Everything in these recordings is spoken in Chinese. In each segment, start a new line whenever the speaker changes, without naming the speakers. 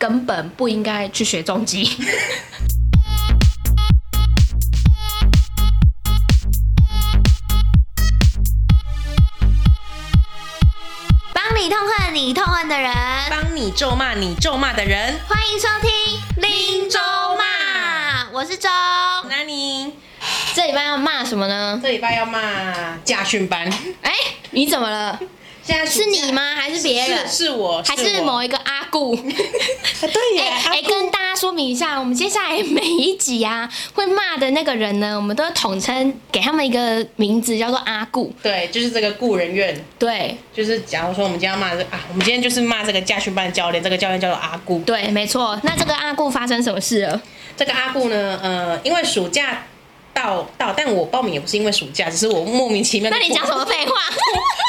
根本不应该去学重机。
帮你痛恨你痛恨的人，
帮你咒骂你咒骂的人，
欢迎收听《林州骂》，我是周。
那你
这礼拜要骂什么呢？
这礼拜要骂驾训 班，
哎、你怎么了？
现在
是你？吗？还是别人？
是是我，
还是
我
某一个阿顾？
啊 对耶
哎、
啊
哎跟大家说明一下，我们接下来每一集啊，会骂的那个人呢，我们都统称给他们一个名字，叫做阿顾。
对，就是这个雇人怨，
对
就是假如说我们今天要骂这啊，我们今天就是骂这个驾训班的教练，这个教练叫做阿顾。
对，没错。那这个阿顾发生什么事 了？
这个阿顾呢，呃，因为暑假到到，但我报名也不是因为暑假，只是我莫名其妙地
那你讲 什么废话？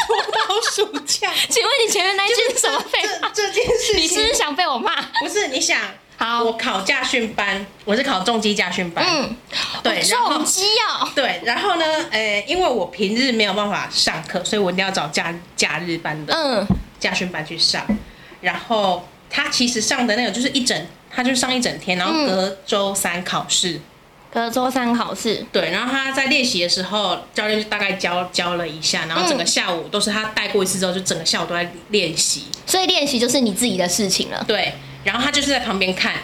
拖到暑假？
请问你前面那一句是什么废话？
这这件事情，
你是不是想被我骂？
不是你想？
好
我考驾训班，我是考重机驾训班。
嗯，
对
我
然后
重击哦，
对，然后呢，呃，因为我平日没有办法上课，所以我一定要找假假日班的
嗯，
驾训班去上。然后他其实上的那个就是一整，他就上一整天，然后
嗯
隔周三考试。
隔周三考试，
对，然后他在练习的时候，教练就大概教教了一下，然后整个下午都是他带过一次之后，就整个下午都在练习。
所以练习就是你自己的事情 了。
对，然后他就是在旁边看，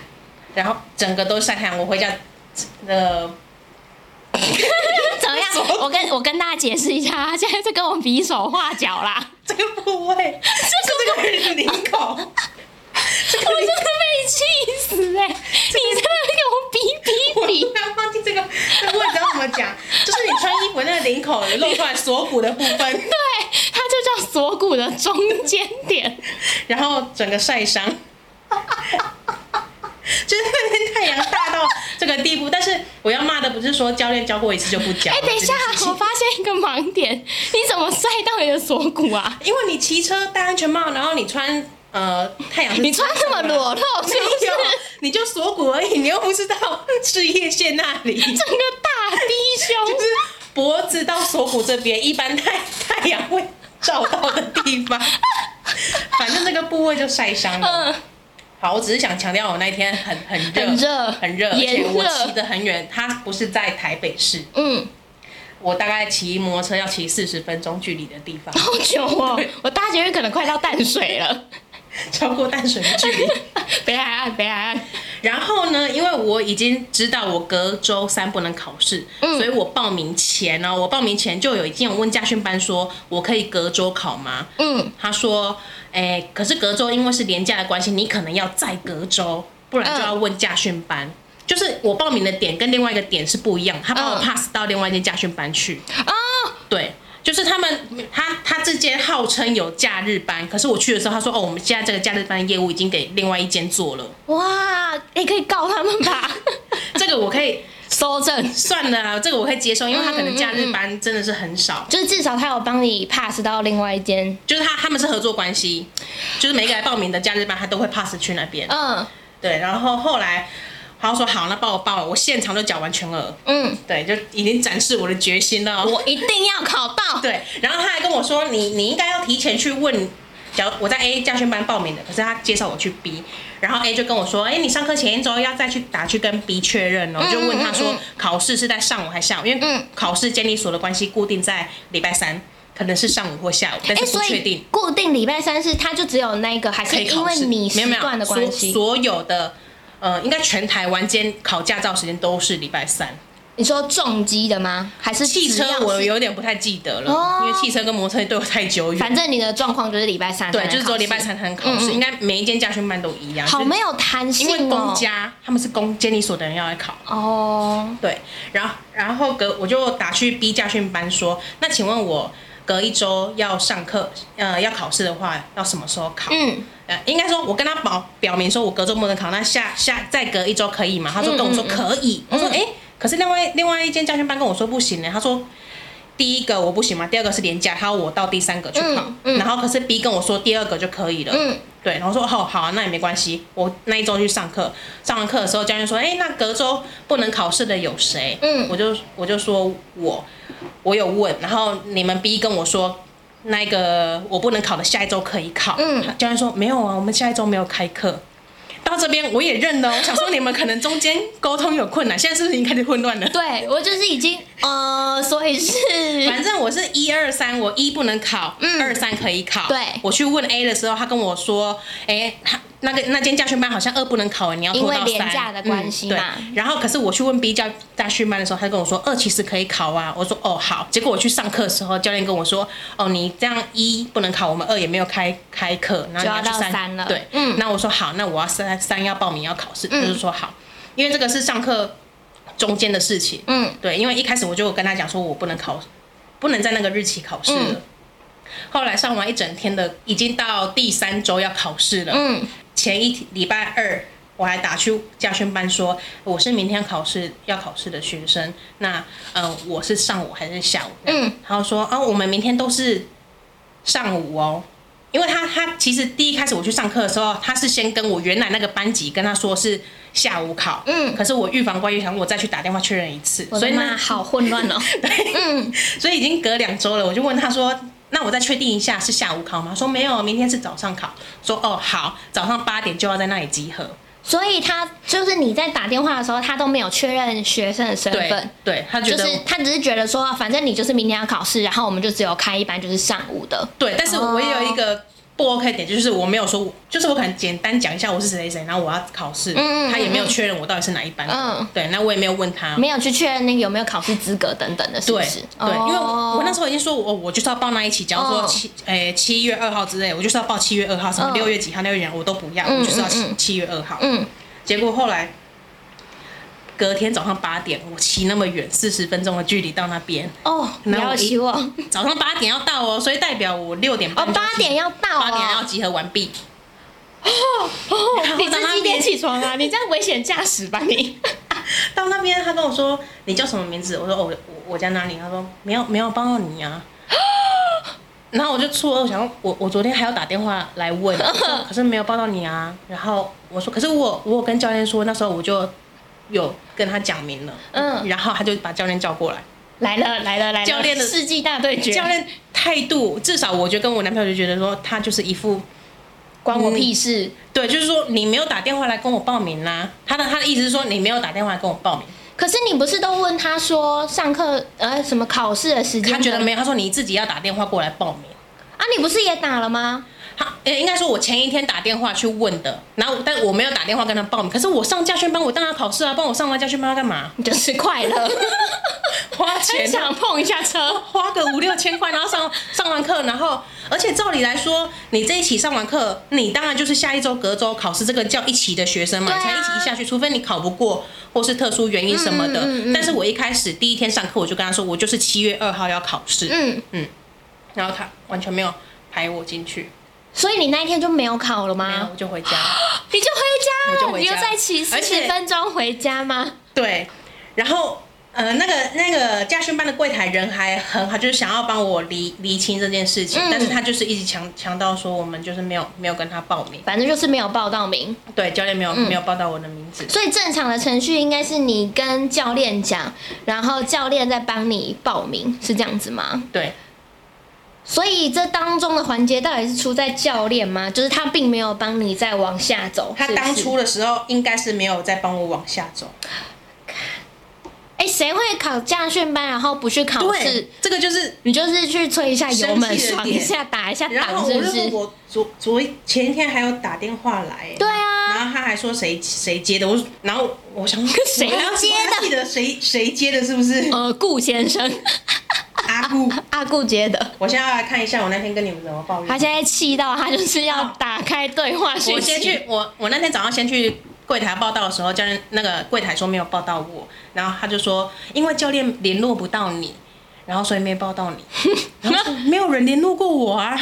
然后整个都晒太阳。我回家，呃，
怎么样？我跟我跟大家解释一下，他现在在跟我比手画脚 啦。
这个部位是这个领口，这个
我
领
真的被气死哎、你在那边给我比比比，
不要忘记这个这个位置要怎么讲， 就是你穿衣服那个领口露出来锁骨的部分，
对，它就叫锁骨的中间点。
然后整个晒伤， 就是那边太阳大到这个地步。但是我要骂的不是说教练教过一次就不教，
哎、等一下，我发现一个盲点，你怎么晒到你的锁骨啊？
因为你骑车戴安全帽，然后你穿呃太阳，
你穿这么裸露，是
没
不是
有？，你就锁骨而已，你又不是到事业线那里，就
整个大低 胸，
是脖子到锁骨这边，一般太太阳会照到的地方。 反正这个部位就晒伤了。
嗯，
好，我只是想强调，我那一天很很热，
很热
很热，而
炎
且我
热
骑得很远，它不是在台北市，
嗯，
我大概骑摩托车要骑四十分钟距离的地方，
好久哦，我大学可能快到淡水了。
超过淡水的距离。
北海岸，北海岸，
然后呢，因为我已经知道我隔周三不能考试，
嗯
所以我报名前呢、我报名前就有已经有问驾训班说，我可以隔周考吗？
嗯，
他说，哎，可是隔周因为是年假的关系，你可能要再隔周，不然就要问驾训班。就是我报名的点跟另外一个点是不一样，他把我
嗯
pass 到另外一间驾训班去。
哦，
对，就是他们他他之间号称有假日班，可是我去的时候，他说哦，我们现在这个假日班业务已经给另外一间做了，
哇，你、可以告他们 吧，
这个我可以。
收证。
算了啊，这个我可以接受，因为他可能假日班真的是很少，
就是至少他有帮你 pass 到另外一间，
就是他他们是合作关系，就是每一个来报名的假日班他都会 pass 去那边。
嗯
对，然后后来他说好，那帮我报了，我现场就缴完全额，
嗯，
对，就已经展示我的决心了。
我一定要考到，
对，然后他还跟我说，你你应该要提前去问。假如我在 A 驾训班报名的，可是他介绍我去 B，然后 A 就跟我说，哎、你上课前一周要再去打去跟 B 确认哦，
嗯
就问他
嗯
说
嗯
考试是在上午还是下午，因为
嗯
考试监理所的关系固定在礼拜三，可能是上午或下午，但
哎，
是不
所
确
以
定。
固定礼拜三是他就只有那个，还
可
是
以
因
考
为
试，
你
没有
习
没有
惯的关
所
系？
所有的呃，应该全台湾间考驾照时间都是礼拜三。
你说重机的吗？还是
汽
只要
车
是
我有点不太记得了，
哦
因为汽车跟摩托车对我太久远。
反正你的状况就是礼拜三才能
对，
考试，
就是只有礼拜三才能考试，
嗯嗯
应该每一间驾训班都一样。
好
就是
没有弹性
因
哦。
为公家他们是公监理所的人要来考，
哦，
对。然后然后隔我就打去 B 驾训班说，那请问我隔一周要上课，呃，要考试的话，要什么时候考？
嗯
呃，应该说，我跟他保表明说，我隔周不能考，那下下再隔一周可以吗？他说跟我说
嗯嗯
可以，我说
嗯
哎、诶可是另外另外一间教训班跟我说不行呢，他说第一个我不行嘛，第二个是廉价，他要我到第三个去考，
嗯嗯
然后可是 B 跟我说第二个就可以了，
嗯，
对，然后说哦好啊，那也没关系，我那一周去上课，上完课的时候教练说，哎、那隔周不能考试的有谁？
嗯
我就我就说我我有问，然后你们 B 跟我说。那个我不能考的下一周可以考，
嗯
教练说没有啊，我们下一周没有开课。到这边我也认了哦。我想说你们可能中间沟通有困难，现在是不是已经开始混乱了？
对我就是已经呃，所以是
反正我是一二三，我一不能考，
嗯
二三可以考。
对
我去问 A 的时候，他跟我说，哎、他那个那间驾训班好像二不能考，你要拖到
因
三。嗯
为廉价的关系
对
嘛
然后可是我去问 B 教驾训班的时候，他跟我说二其实可以考啊。我说哦好。结果我去上课的时候，教练跟我说，哦你这样一不能考，我们二也没有开开课，然后你
就
去
要到
三
三了
对，
嗯
那我说好，那我要三三要报名要考试，他
嗯
就说好，因为这个是上课中间的事情。
嗯，
对，因为一开始我就有跟他讲说，我不能考，不能在那个日期考试了。
嗯
后来上完一整天的，已经到第三周要考试了。
嗯，
前一礼拜二我还打去家训班说，我是明天考试要考试的学生，那呃我是上午还是下午？
嗯，
然后说啊、我们明天都是上午哦。因为他他其实第一开始我去上课的时候，他是先跟我原来那个班级跟他说是下午考，
嗯
可是我预防关于想我再去打电话确认一次，
我
所
的
以
妈，
那
好混乱哦。嗯，
所以已经隔两周了，我就问他说：“那我再确定一下是下午考吗？”他说没有，明天是早上考。说哦好，早上八点就要在那里集合。
所以他就是你在打电话的时候，他都没有确认学生的身
对
份。
对，他觉
就
得、
是他只是觉得说，反正你就是明天要考试，然后我们就只有开一班，就是上午的。
对，但是
哦
我也有一个不 OK 点，就是我没有说，就是我可能简单讲一下我是谁谁谁，然后我要考试，
嗯嗯
他也没有
嗯
确认我到底是哪一班的。
嗯
对，那我也没有问他。
没有去确认那个有没有考试资格等等的，是不
对
是？
嗯对，因为
哦
我我那时候已经说我我就是要报那一期，假如说
哦
七诶七月二号之类，我就是要报七月二号，什么
嗯
六月几号、六月几号我都不要，
嗯
我就是要
嗯嗯
七月二号。
嗯
结果后来隔天早上八点，我骑那么远四十分钟的距离到那边，
哦，你
然后
要
我一
希望
早上八点要到哦，所以代表我六点
哦
半就，
八点要到
八点要
哦，
集合完毕。
哦
然后
你
在
是
那
几点
边
起床 啊？你这样危险驾驶吧你？
到那边他跟我说你叫什么名字？我说哦我我家哪里？他说没有没有帮到你啊。 然后我就错愕，我想说我我昨天还要打电话来问，我 说可是没有帮到你啊。然后我说可是我我有跟教练说，那时候我就有跟他讲明了，
嗯
然后他就把教练叫过来。
来了来了来了，
教练的
世纪大对决，
教练态度，至少我觉得跟我男朋友就觉得说，他就是一副
关
嗯
我屁事。
对，就是说你没有打电话来跟我报名啦、他的他的意思是说你没有打电话来跟我报名，
可是你不是都问他说上课呃什么考试的时间？
他觉得没有，他说你自己要打电话过来报名。
啊？你不是也打了吗？
他呃，应该说我前一天打电话去问的，然后但我没有打电话跟他报名，可是我上驾训班，我当然要考试啊，帮我上完驾训班要干嘛？
你 就是快乐，
花
很
钱啊
想碰一下车。
花个五六千块，然后上上完课，然后而且照理来说，你这一期上完课，你当然就是下一周、隔周考试，这个叫一期的学生嘛，
对啊
你才一期下去，除非你考不过或是特殊原因什么的。
嗯嗯嗯嗯
但是我一开始第一天上课，我就跟他说，我就是七月二号要考试，
嗯，
然后他完全没有排我进去，
所以你那一天就没有考了
然后
吗？
我就回家。
你就回家
我就
了，
回
你
家
又再骑
而
四
且
十分钟回家吗？
对，然后呃，那个那个驾训班的柜台人还很好，就是想要帮我厘厘清这件事情，
嗯
但是他就是一直强强调说我们就是没有没有跟他报名。
反正就是没有报到名，
对，教练没有、没有报到我的名字。
所以正常的程序应该是你跟教练讲，然后教练再帮你报名，是这样子吗？
对，
所以这当中的环节到底是出在教练吗？就是他并没有帮你再往下走。
他
是不是
当初的时候应该是没有再帮我往下走。
哎，谁会考驾训班然后不去考试？，
这个就是。
你就是去吹一下油门，
生气的
爽
点
一下，打一下
然
档，
后
是
我
不
就问
是？
我昨昨前一天还有打电话来，
对啊
然后他还说谁谁接的，我说然后我想说
谁
我还要
接的
我还记得谁谁接的，是 不是
呃，顾先 生，
阿顾？
阿啊顾接的，
我现在要来看一下我那天跟你们怎么抱
他
怨。
现在气到他就是要打开对话讯息。
我先去，我我那天早上先去柜台报到的时候，教练那个柜台说没有报到我，然后他就说因为教练联络不到你，然后所以没报到你。 然后说没有人联络过我啊，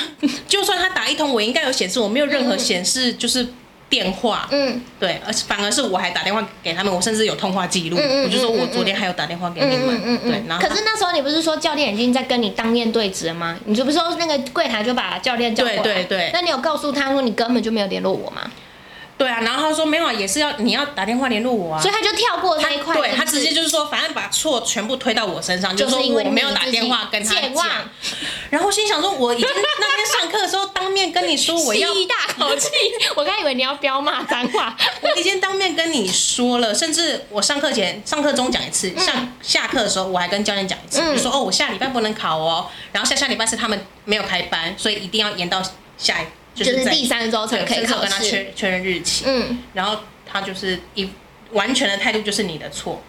就算他打一通，我应该有显示，我没有任何显示就是电话，
嗯，
对，而是反而是我还打电话给他们，我甚至有通话记录，
嗯嗯
我就说我
嗯嗯
昨天还有打电话给
嗯
你
嗯
们，
嗯
对
嗯，嗯。
然后
可是那时候你不是说教练已经在跟你当面对质了吗？你是不是说那个柜台就把教练叫过来？
对对对
那你有告诉他说你根本就没有联络我吗？
对啊，然后他说没有，啊，也是要你要打电话联络我啊，
所以他就跳过那一块，是
对
不是
他直接就是说，反正把错全部推到我身上，
就是是
说
因为
我
你
没有
自
打
己
电话跟他
健
讲
忘。
然后心想说，我已经那天上课的时候当面跟你说我
吸
要，
一大口 气，我刚以为你要飙骂脏话，
我已经当面跟你说了，甚至我上课前、上课中讲一次，上下课的时候我还跟教练讲一次，
嗯
我说哦，我下礼拜不能考哦，然后下下礼拜是他们没有开班，所以一定要延到下一，就
就是
在
第三周才可以
甚至我
考
跟他
试。
确确认日期，
嗯，
然后他就是一完全的态度就是你的错，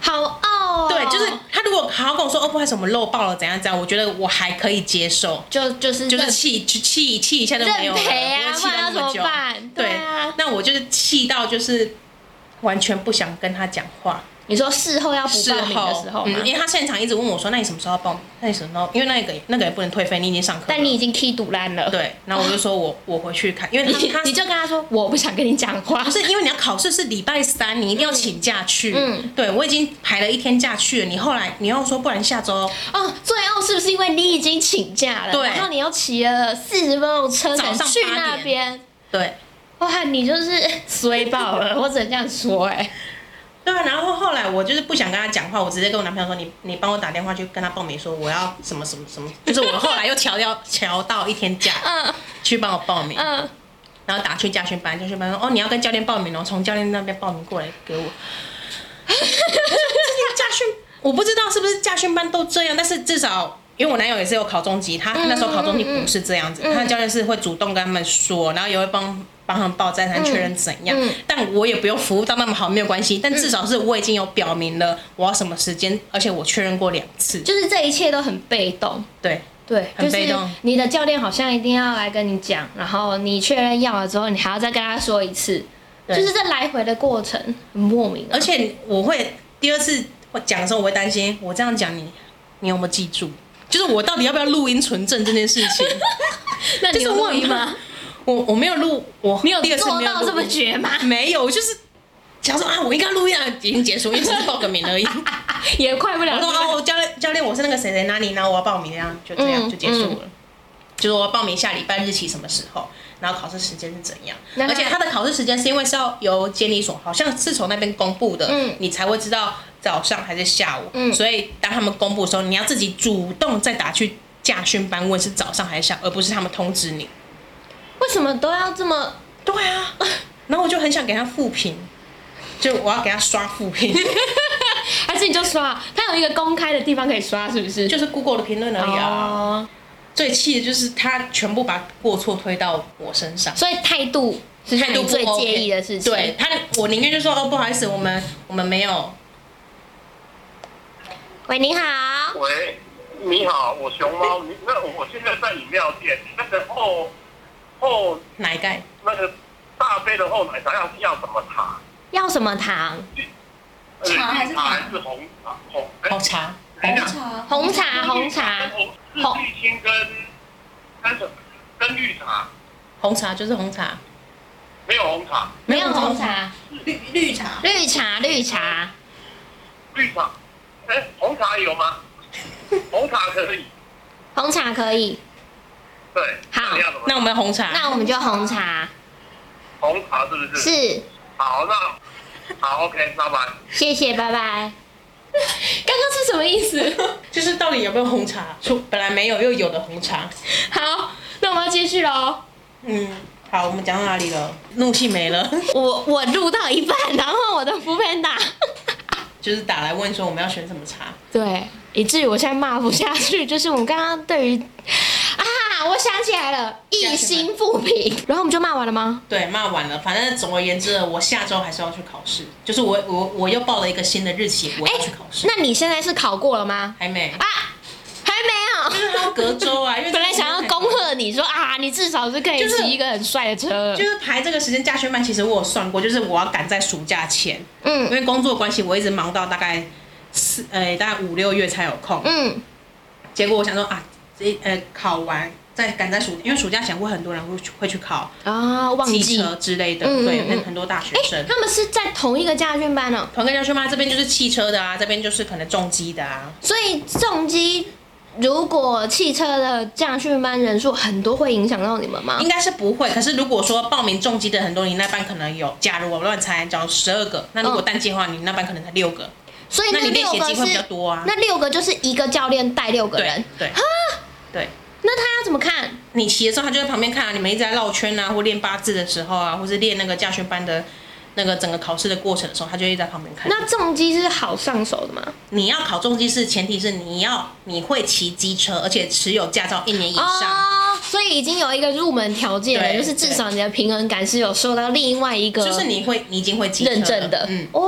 好傲、哦。
对，就是他如果好好跟我说哦，不好意思，我们漏报了，怎样怎样，我觉得我还可以接受，
就就是
就是
认
气气气气一下就没
嗯
有
认
了，
赔啊，
不
不
会气
然
到
要
那
怎
么
么
久。
办？对啊，
那我就是气到就是完全不想跟他讲话。
你说事后要补
事
报名的
后
时候吗
嗯，？因为他现场一直问我说：“那你什么时候要报名？那你什么时候？因为那个那个也不能退费，你已经上课了。”
但你已经踢堵烂了。，
对，然后我就说我我回去看，因为
你
他他
你就跟他说我不想跟你讲话
不。是因为你要考试是礼拜三，你一定要请假去。
嗯
对我已经排了一天假去了，你后来你又说不然下周
哦，最后是不是因为你已经请假了，
对
然后你又骑了四十分钟车程
早上
去
八
那
点
边？
对
哇，你就是 衰爆了，我只能这样说哎、
对啊，然后后来我就是不想跟他讲话，我直接跟我男朋友说你你帮我打电话去跟他报名说我要什么什么什么，就是我后来又调掉调到一天假
嗯
去帮我报名。
嗯，
然后打去家训班，家训班说哦，你要跟教练报名哦，从教练那边报名过来给我。我说 这家训我不知道是不是家训班都这样，但是至少因为我男友也是有考中级，他那时候考中级不是这样子，他的教练是会主动跟他们说，然后也会帮帮他们报站台确认怎样。
嗯
但我也不用服务到那么好，没有关系。但至少是我已经有表明了我要什么时间，而且我确认过两次。
就是这一切都很被动。
对
对，
很
就是
被动
你的教练好像一定要来跟你讲，然后你确认要了之后，你还要再跟他说一次，就
对
是这来回的过程很莫名啊、
而且我会第二次我讲的时候，我会担心我这样讲你，你有没有记住？就是我到底要不要录音存证这件事情？
那你
就是
有
我
录音吗？
我我没有录，我没有第二次
做
没有
到这
录
么绝吗？
没有，我就是想说啊，我应该录音啊，已经结束，因为只是报个名而已。我
也快不了。
说哦，教练教练，我是那个谁谁哪里，然后我要报名，这样就这样
嗯
就结束了。就是我要报名下礼拜日期什么时候，然后考试时间是怎样，
那他
而且他的考试时间是因为是要由监理所好像是从那边公布的，
嗯
你才会知道早上还是下午，
嗯
所以当他们公布的时候，你要自己主动再打去驾训班问是早上还是下午，而不是他们通知你。
为什么都要这么？
对啊，然后我就很想给他复评，就我要给他刷复 评，
还是你就刷？他有一个公开的地方可以刷，是不是？
就是 Google 的评论而已啊。
哦，
最气的就是他全部把过错推到我身上。
所以态度是
态度
你
不
最
OK
介意的事情。
对，他，我宁愿就说哦，不好意思，我们我们没有。
喂，你好，
喂，你好，我熊猫。你那我现在在饮料店，那个厚厚
奶盖，
那个大杯的厚奶茶要要什么茶？
要什么糖？
呃
茶还是
绿
糖
还是红茶？红
好茶，
哎
红茶，
红茶，红茶
跟。红是绿青跟跟什么跟绿茶，
红茶就是红茶，
没有红茶，
没有红，茶，
绿绿茶，
绿茶，绿茶，
绿茶。哎，红茶有吗？红茶可以。
红茶可以。
对，
好
那你要什么？
那我们红茶，
那我们就红茶，
红茶是不是？。
是，
好，那好，OK，拜拜。
谢谢，拜拜。刚刚是什么意思？
就是到底有没有红茶？就本来没有又有的红茶。
好，那我们要接续喽。
嗯，好，我们讲到哪里了？怒气没了，
我我录到一半，然后我的副片打。
就是打来问说我们要选什么茶。
对，以至于我现在骂不下 去，就是我们刚刚对于啊，我想起来了，一心复评，然后我们就骂完了吗？
对，骂完了。反正总而言之呢，我下周还是要去考试，就是我我我又报了一个新的日期，我要去考试。
哎那你现在是考过了吗？
还没，
啊，还没有。
就是他隔周啊，因 为
本来想要恭贺你说啊，你至少是可以骑一个很帅的车。
就是排这个时间驾训班，其实我有算过，就是我要赶在暑假前，因
嗯
为工作关系，我一直忙到大概四呃大概五六月才有空。
嗯
结果我想说啊，这呃考完再赶在暑，因为暑假前会很多人会去会去考
啊，忘
汽
记。
车之类的，
嗯嗯
对，
嗯
那很多大学
哎
生，。
他们是在同一个家训班哦，
同一个驾训班这边就是汽车的啊，这边就是可能重机的啊，
所以重机。如果汽车的驾训班人数很多，会影响到你们吗？
应该是不会。可是如果说报名重机的很多，你那班可能有，假如我乱猜，假如十二个，那
嗯
如果淡季的话，你那班可能才六个，
所以
那
那
你
六
练习
个
机会比较
是
多啊。
那六个就是一个教练带六个
对
人，
对对，
那他要怎么看？
你骑的时候，他就在旁边看啊，你们一直在绕圈啊，或练八字的时候啊，或是练那个驾训班的那个整个考试的过程的时候，他就一直在旁边看。
那重机是好上手的吗？
你要考重机是前提是你要你会骑机车，而且持有驾照一年以上。
哦，所以已经有一个入门条件了，
对
就是至少你的平衡感是有受到另外一个
就是你会，你已经会骑车了
认证的。
嗯，
哦，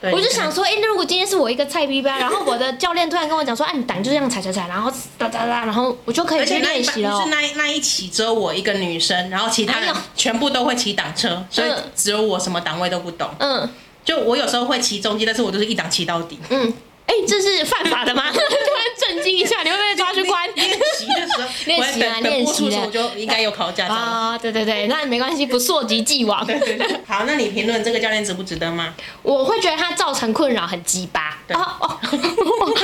对
我就想，说，哎、那如果今天是我一个菜逼吧，然后我的教练突然跟我讲说，啊，你档就这样踩踩踩，然后哒哒哒，然后我就可
而
以
且
去
那
练
一班
习
就
了哦
是。那一那一起只有我一个女生，然后其他
哎
人
呦
全部都会骑挡车，所以
嗯
只有我什么档位都不懂。
嗯
就我有时候会骑中机，但是我都是一档骑到底。
嗯，哎、这是犯法的吗？突然震惊一下，你会不会被抓去关？，
练习的时候
练习啊
我在等等播出的时候我
练习
就应该有考驾照了。
啊、对对对，那没关系，不溯及既往。
对对对，好，那你评论这个教练值不值得吗？
我会觉得它造成困扰很鸡巴。
对
哦哦，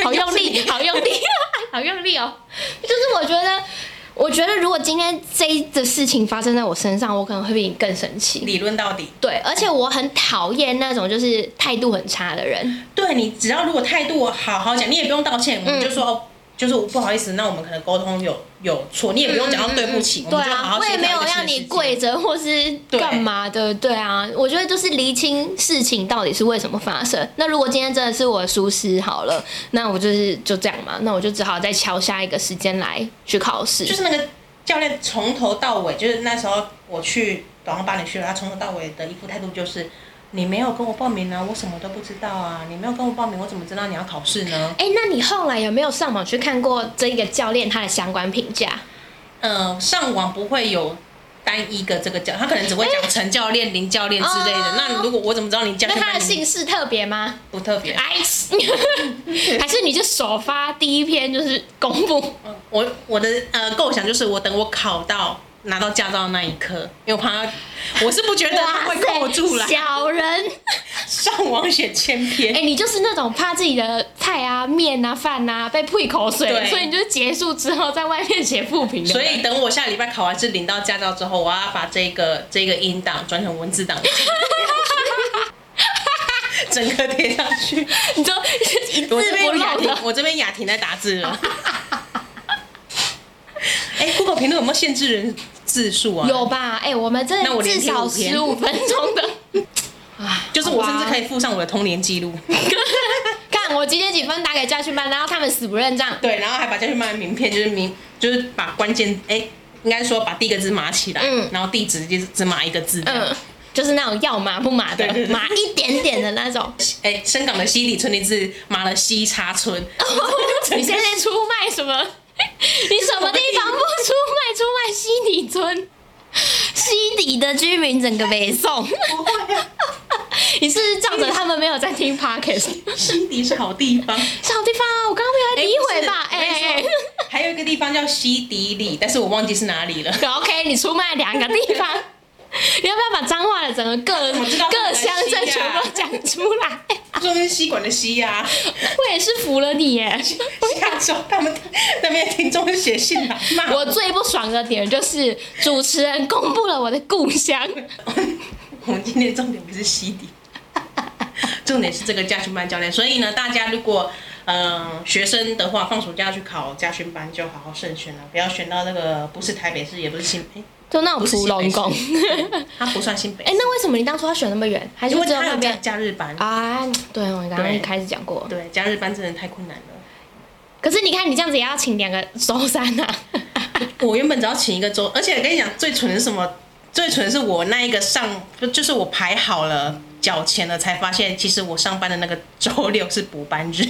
好用力，好用力，好用力哦！就是我觉得，我觉得如果今天这一的事情发生在我身上，我可能会比你更生气。
理论到底，
对，而且我很讨厌那种就是态度很差的人。
对你只要如果态度好好讲，你也不用道歉，我们就说
嗯
哦，就是我不好意思，那我们可能沟通有有错，哎你也不用讲到对不起，我
对
们就好
啊，
好
我
协
也
调
没有
一个新
让
的事
你
情
跪。着或是
对
干嘛的。对啊，我觉得就是厘清事情到底是为什么发生。那如果今天真的是我的疏失好了，那我就是就这样嘛，那我就只好再敲下一个时间来去考试。
就是那个教练从头到尾，就是那时候我去短后巴黎去了，他啊从头到尾的一副态度就是。你没有跟我报名啊，我什么都不知道啊！你没有跟我报名，我怎么知道你要考试呢？
哎、那你后来有没有上网去看过这一个教练他的相关评价？
嗯、上网不会有单一个这个教，他可能只会讲陈教练、林教练之类的。
哦
那如果我怎么知道你教
那
练
他的姓氏特别 吗？
不特别？
哎，还是你就首发第一篇就是公布？
我我的呃构想就是，我等我考到拿到驾照的那一刻，因为我怕他，我是不觉得他会扣住啦
哇塞。小人！
上网写千篇，
哎、你就是那种怕自己的菜啊、面啊、饭啊被吐口水，
对
所以你就结束之后在外面写负评的人。
所以等我下礼拜考完试领到驾照之后，我要把这个这个音档转成文字 档，整个贴上去。
你就一字
我这边
不
有雅
漏
婷
的，。
我这边雅婷在打字 了。哎、g o o g l e 评论有没有限制人字数啊？
有吧？哎、我们这
那我连
至
听
少
五篇
十五分钟的。
就是我甚至可
以
以附上我的通联 记录。
看我今天几分打给家训班，然后他们死不认账。
对，然后还把教训班的名片，就是名，就是把关键，哎、应该说把第一个字码起来，
嗯
然后地址就是只码一个字，嗯
嗯，，就是那种要码不码的
对对，对
码一点点的那种。
哎、深港的西里村那字码了西叉 村，
你现在出卖什么？ 你什么地方不出卖？出卖西底村，西底的居民整个北宋。 你是不是仗着他们没有在听 podcast？
西底是好地方，
小地方啊，我刚刚没有在诋毁吧？
哎
哎哎、
不是我跟你 还有一个地方叫西底里，但是我忘记是哪里了。
哎 OK，你出卖两个地方，你要不要把脏话的整个各
我知道
各乡镇
很难吸
全
啊
部都讲出来？
说是吸管的吸呀、啊，
我也是服了你 耶！
下周他们那边的听众就写信来骂
我最不爽的点就是主持人公布了我的故乡，
我们今天重点不是西迪， 重点是这个家训班教练。所以呢，大家如果呃学生的话，放暑假去考家训班，就好好慎选了，不要选到那个不是台北市，也不是新，哎、
就那种
不是
屠
新北
龙
市
哦宫。
对 它不算新北 市。
哎、那为什么你当初要选那么远？还是
因为
只有
它
那
有假
边？
假日班，
啊，对，我刚刚
对
一开始讲过。
对，假日班真的太困难了。
可是你看，你这样子也要请两个周三 啊。
我原本只要请一个周，而且我跟你讲，最蠢的是什么？最蠢的是我那一个上，就就是我排好了缴钱了，才发现其实我上班的那个周六是补班 日。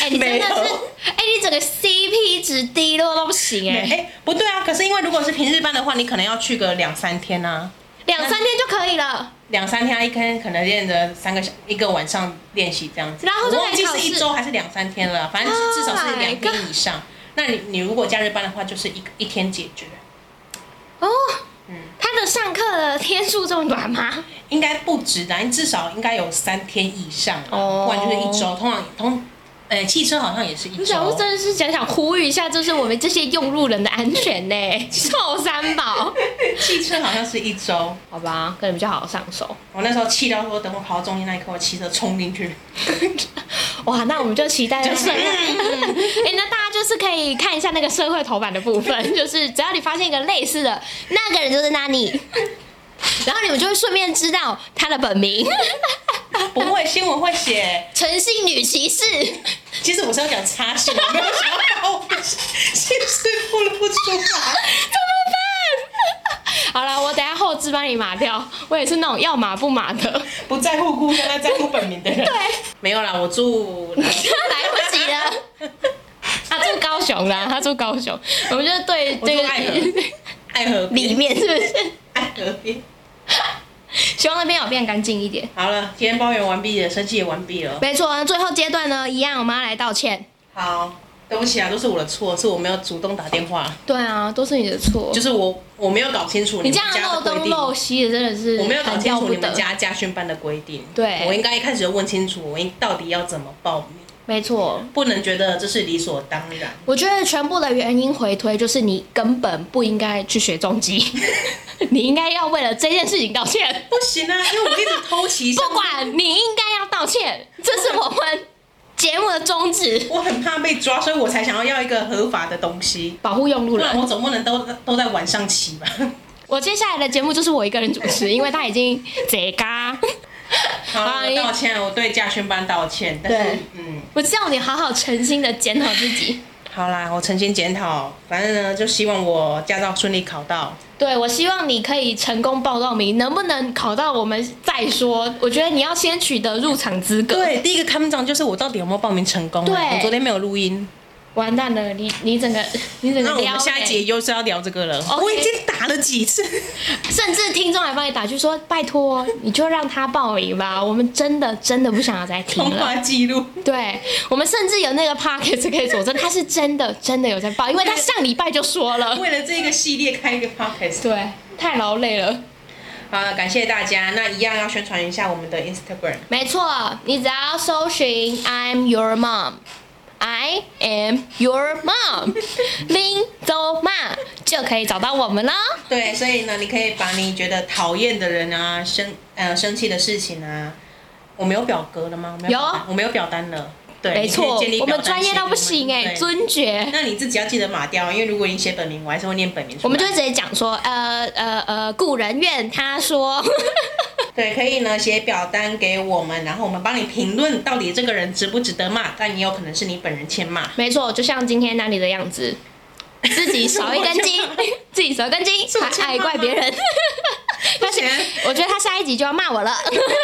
哎、你真的
没有
是，哎、你整个 CP 值低落到不行哎、
哎、不对啊！可是因为如果是平日班的话，你可能要去个两三天啊，
两三天就可以了。
两三天、啊、一天可能练着三个小一个晚上练习这样子。
然后就
我
来
忘记
考
是
试
一周还是两三天了，反正
Oh
至少是两
my god
天以上。那你你如果假日班的话，就是一一天解决，
哦，
嗯
他的上课的天数这么短吗？
应该不止的，至少应该有三天以上、啊，
哦
不然就是一周。通常通，呃、汽车好像也是一
我想说，
周。
真的是想想呼吁一下，就是我们这些用路人的安全呢、 臭三宝，
汽车好像是一周，
好吧，可能比较好上手。
我那时候气到说，等我考到中间那一刻，我骑车冲进去。
哇，那我们就期待就是，哎、 那大家就是可以看一下那个社会头版的部 分，就是只要你发现一个类似的，那个人就是那你，然后你们就会顺便知道他的本 名，
不会，新闻会写。
诚信女骑士。
其实我是要讲插叙，我没有想要把我的心事吐露出来。
好了，我等一下后置帮你码掉，我也是那种要码不码的，
不在乎故乡，但在乎本名的人。对，没有啦，我住
来不及了。他住高雄啦，他住高雄，我们就对
我住
这个
爱河爱河边
里面是不是？
爱河边。
希望那边有变干净一点。
好了，今天抱怨完毕了，生气也完毕了。
没错，那最后阶段呢，一样我们要来道歉。
好，对不起啊，都是我的错，是我没有主动打电话，
对啊，都是你的错
就。是我我没有搞清楚
你
们
这
家
样漏
的规
东
定。
漏西的，真的是
我没有搞
很
清
要
楚
不
你们
得。
家家训班的规定，
对
我应该一开始就问清楚，我应到底要怎么报名，
没错，
不能觉得这是理所当然。
我觉得全部的原因回推就是你根本不应该去学重机， 你应该要为了这件事情道歉。
不行啊，因为我一直偷 骑，
不，管你应该要道歉，这是我们节目的宗旨，
我很怕被抓，所以我才想要要一个合法的东西，
保护用路
不然
人。
我总不能都都在晚上骑吧。
我接下来的节目就是我一个人主持，因为他已经贼嘎。
好
好
了，我
你
道歉，我对家训班道歉，但是
对
嗯，
我叫你好好诚心的检讨自己。
好啦，我诚心检讨，反正呢，就希望我驾照顺利考到。
对，我希望你可以成功报到名，能不能考到我们再说。我觉得你要先取得入场资格。，
对，第一个看不上就是我到底有没有报名成功啊、
对
我昨天没有录音，
完蛋了，你你整个你整个
那我
撩
们下一
妹
节又是要聊这个了。
欸 OK
我已经打了几 次，
甚至听众还帮你打去说，拜托你就让他报名吧，我们真的真的不想要再听
通
了。
话 记录。
对，我们甚至有那个 p o c k e t 可以佐证，他是真的真的有在报，因为他上礼拜就说了。
为了这个系列开一个 podcast。
对，太劳累了。
好了，感谢大家。那一样要宣传一下我们的 Instagram。
没错，你只要搜寻 I'm your mom。I am your mom，林周妈就可以找到我们了。
对，所以呢，你可以把你觉得讨厌的人啊，生呃生气的事情啊，我们有表格了吗？我们
有
表单我们有表单了。对，
没
你可
错
以建立，
我
表
们
单
专业到不行哎、
对
尊爵。
那你自己要记得码掉，因为如果你写本名，我还是会念本名出来。
我们就会直接讲说，呃呃呃，故人怨他说，
对，可以呢写表单给我们，然后我们帮你评论到底这个人值不值得骂，但也有可能是你本人欠 骂。
没错，就像今天那里的样子，自己少一根筋， 自己少一根筋，
是我
还
欠
还
骂
怪
吗
别 人。
不行，
我觉得他下一集就要骂我了，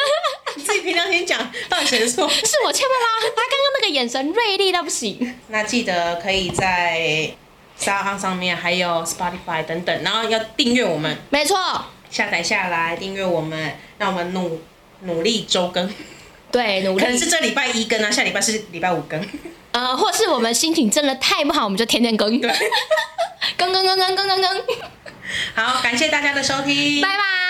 你自己平常先讲，到底谁的错？
是我欠骂啦。他刚刚那个眼神锐利到不行。
那记得可以在 s o u 上面，还有 Spotify 等等，然后要订阅我们，
没错，
下载下来订阅我们，让我们努努力周更，
对，努
可能
力
是。这礼拜一更啊，下礼拜是礼拜五更。
呃，或是我们心情真的太不好，我们就天天 更，更更更更更更更，
嗯好，感谢大家的收听，
拜拜。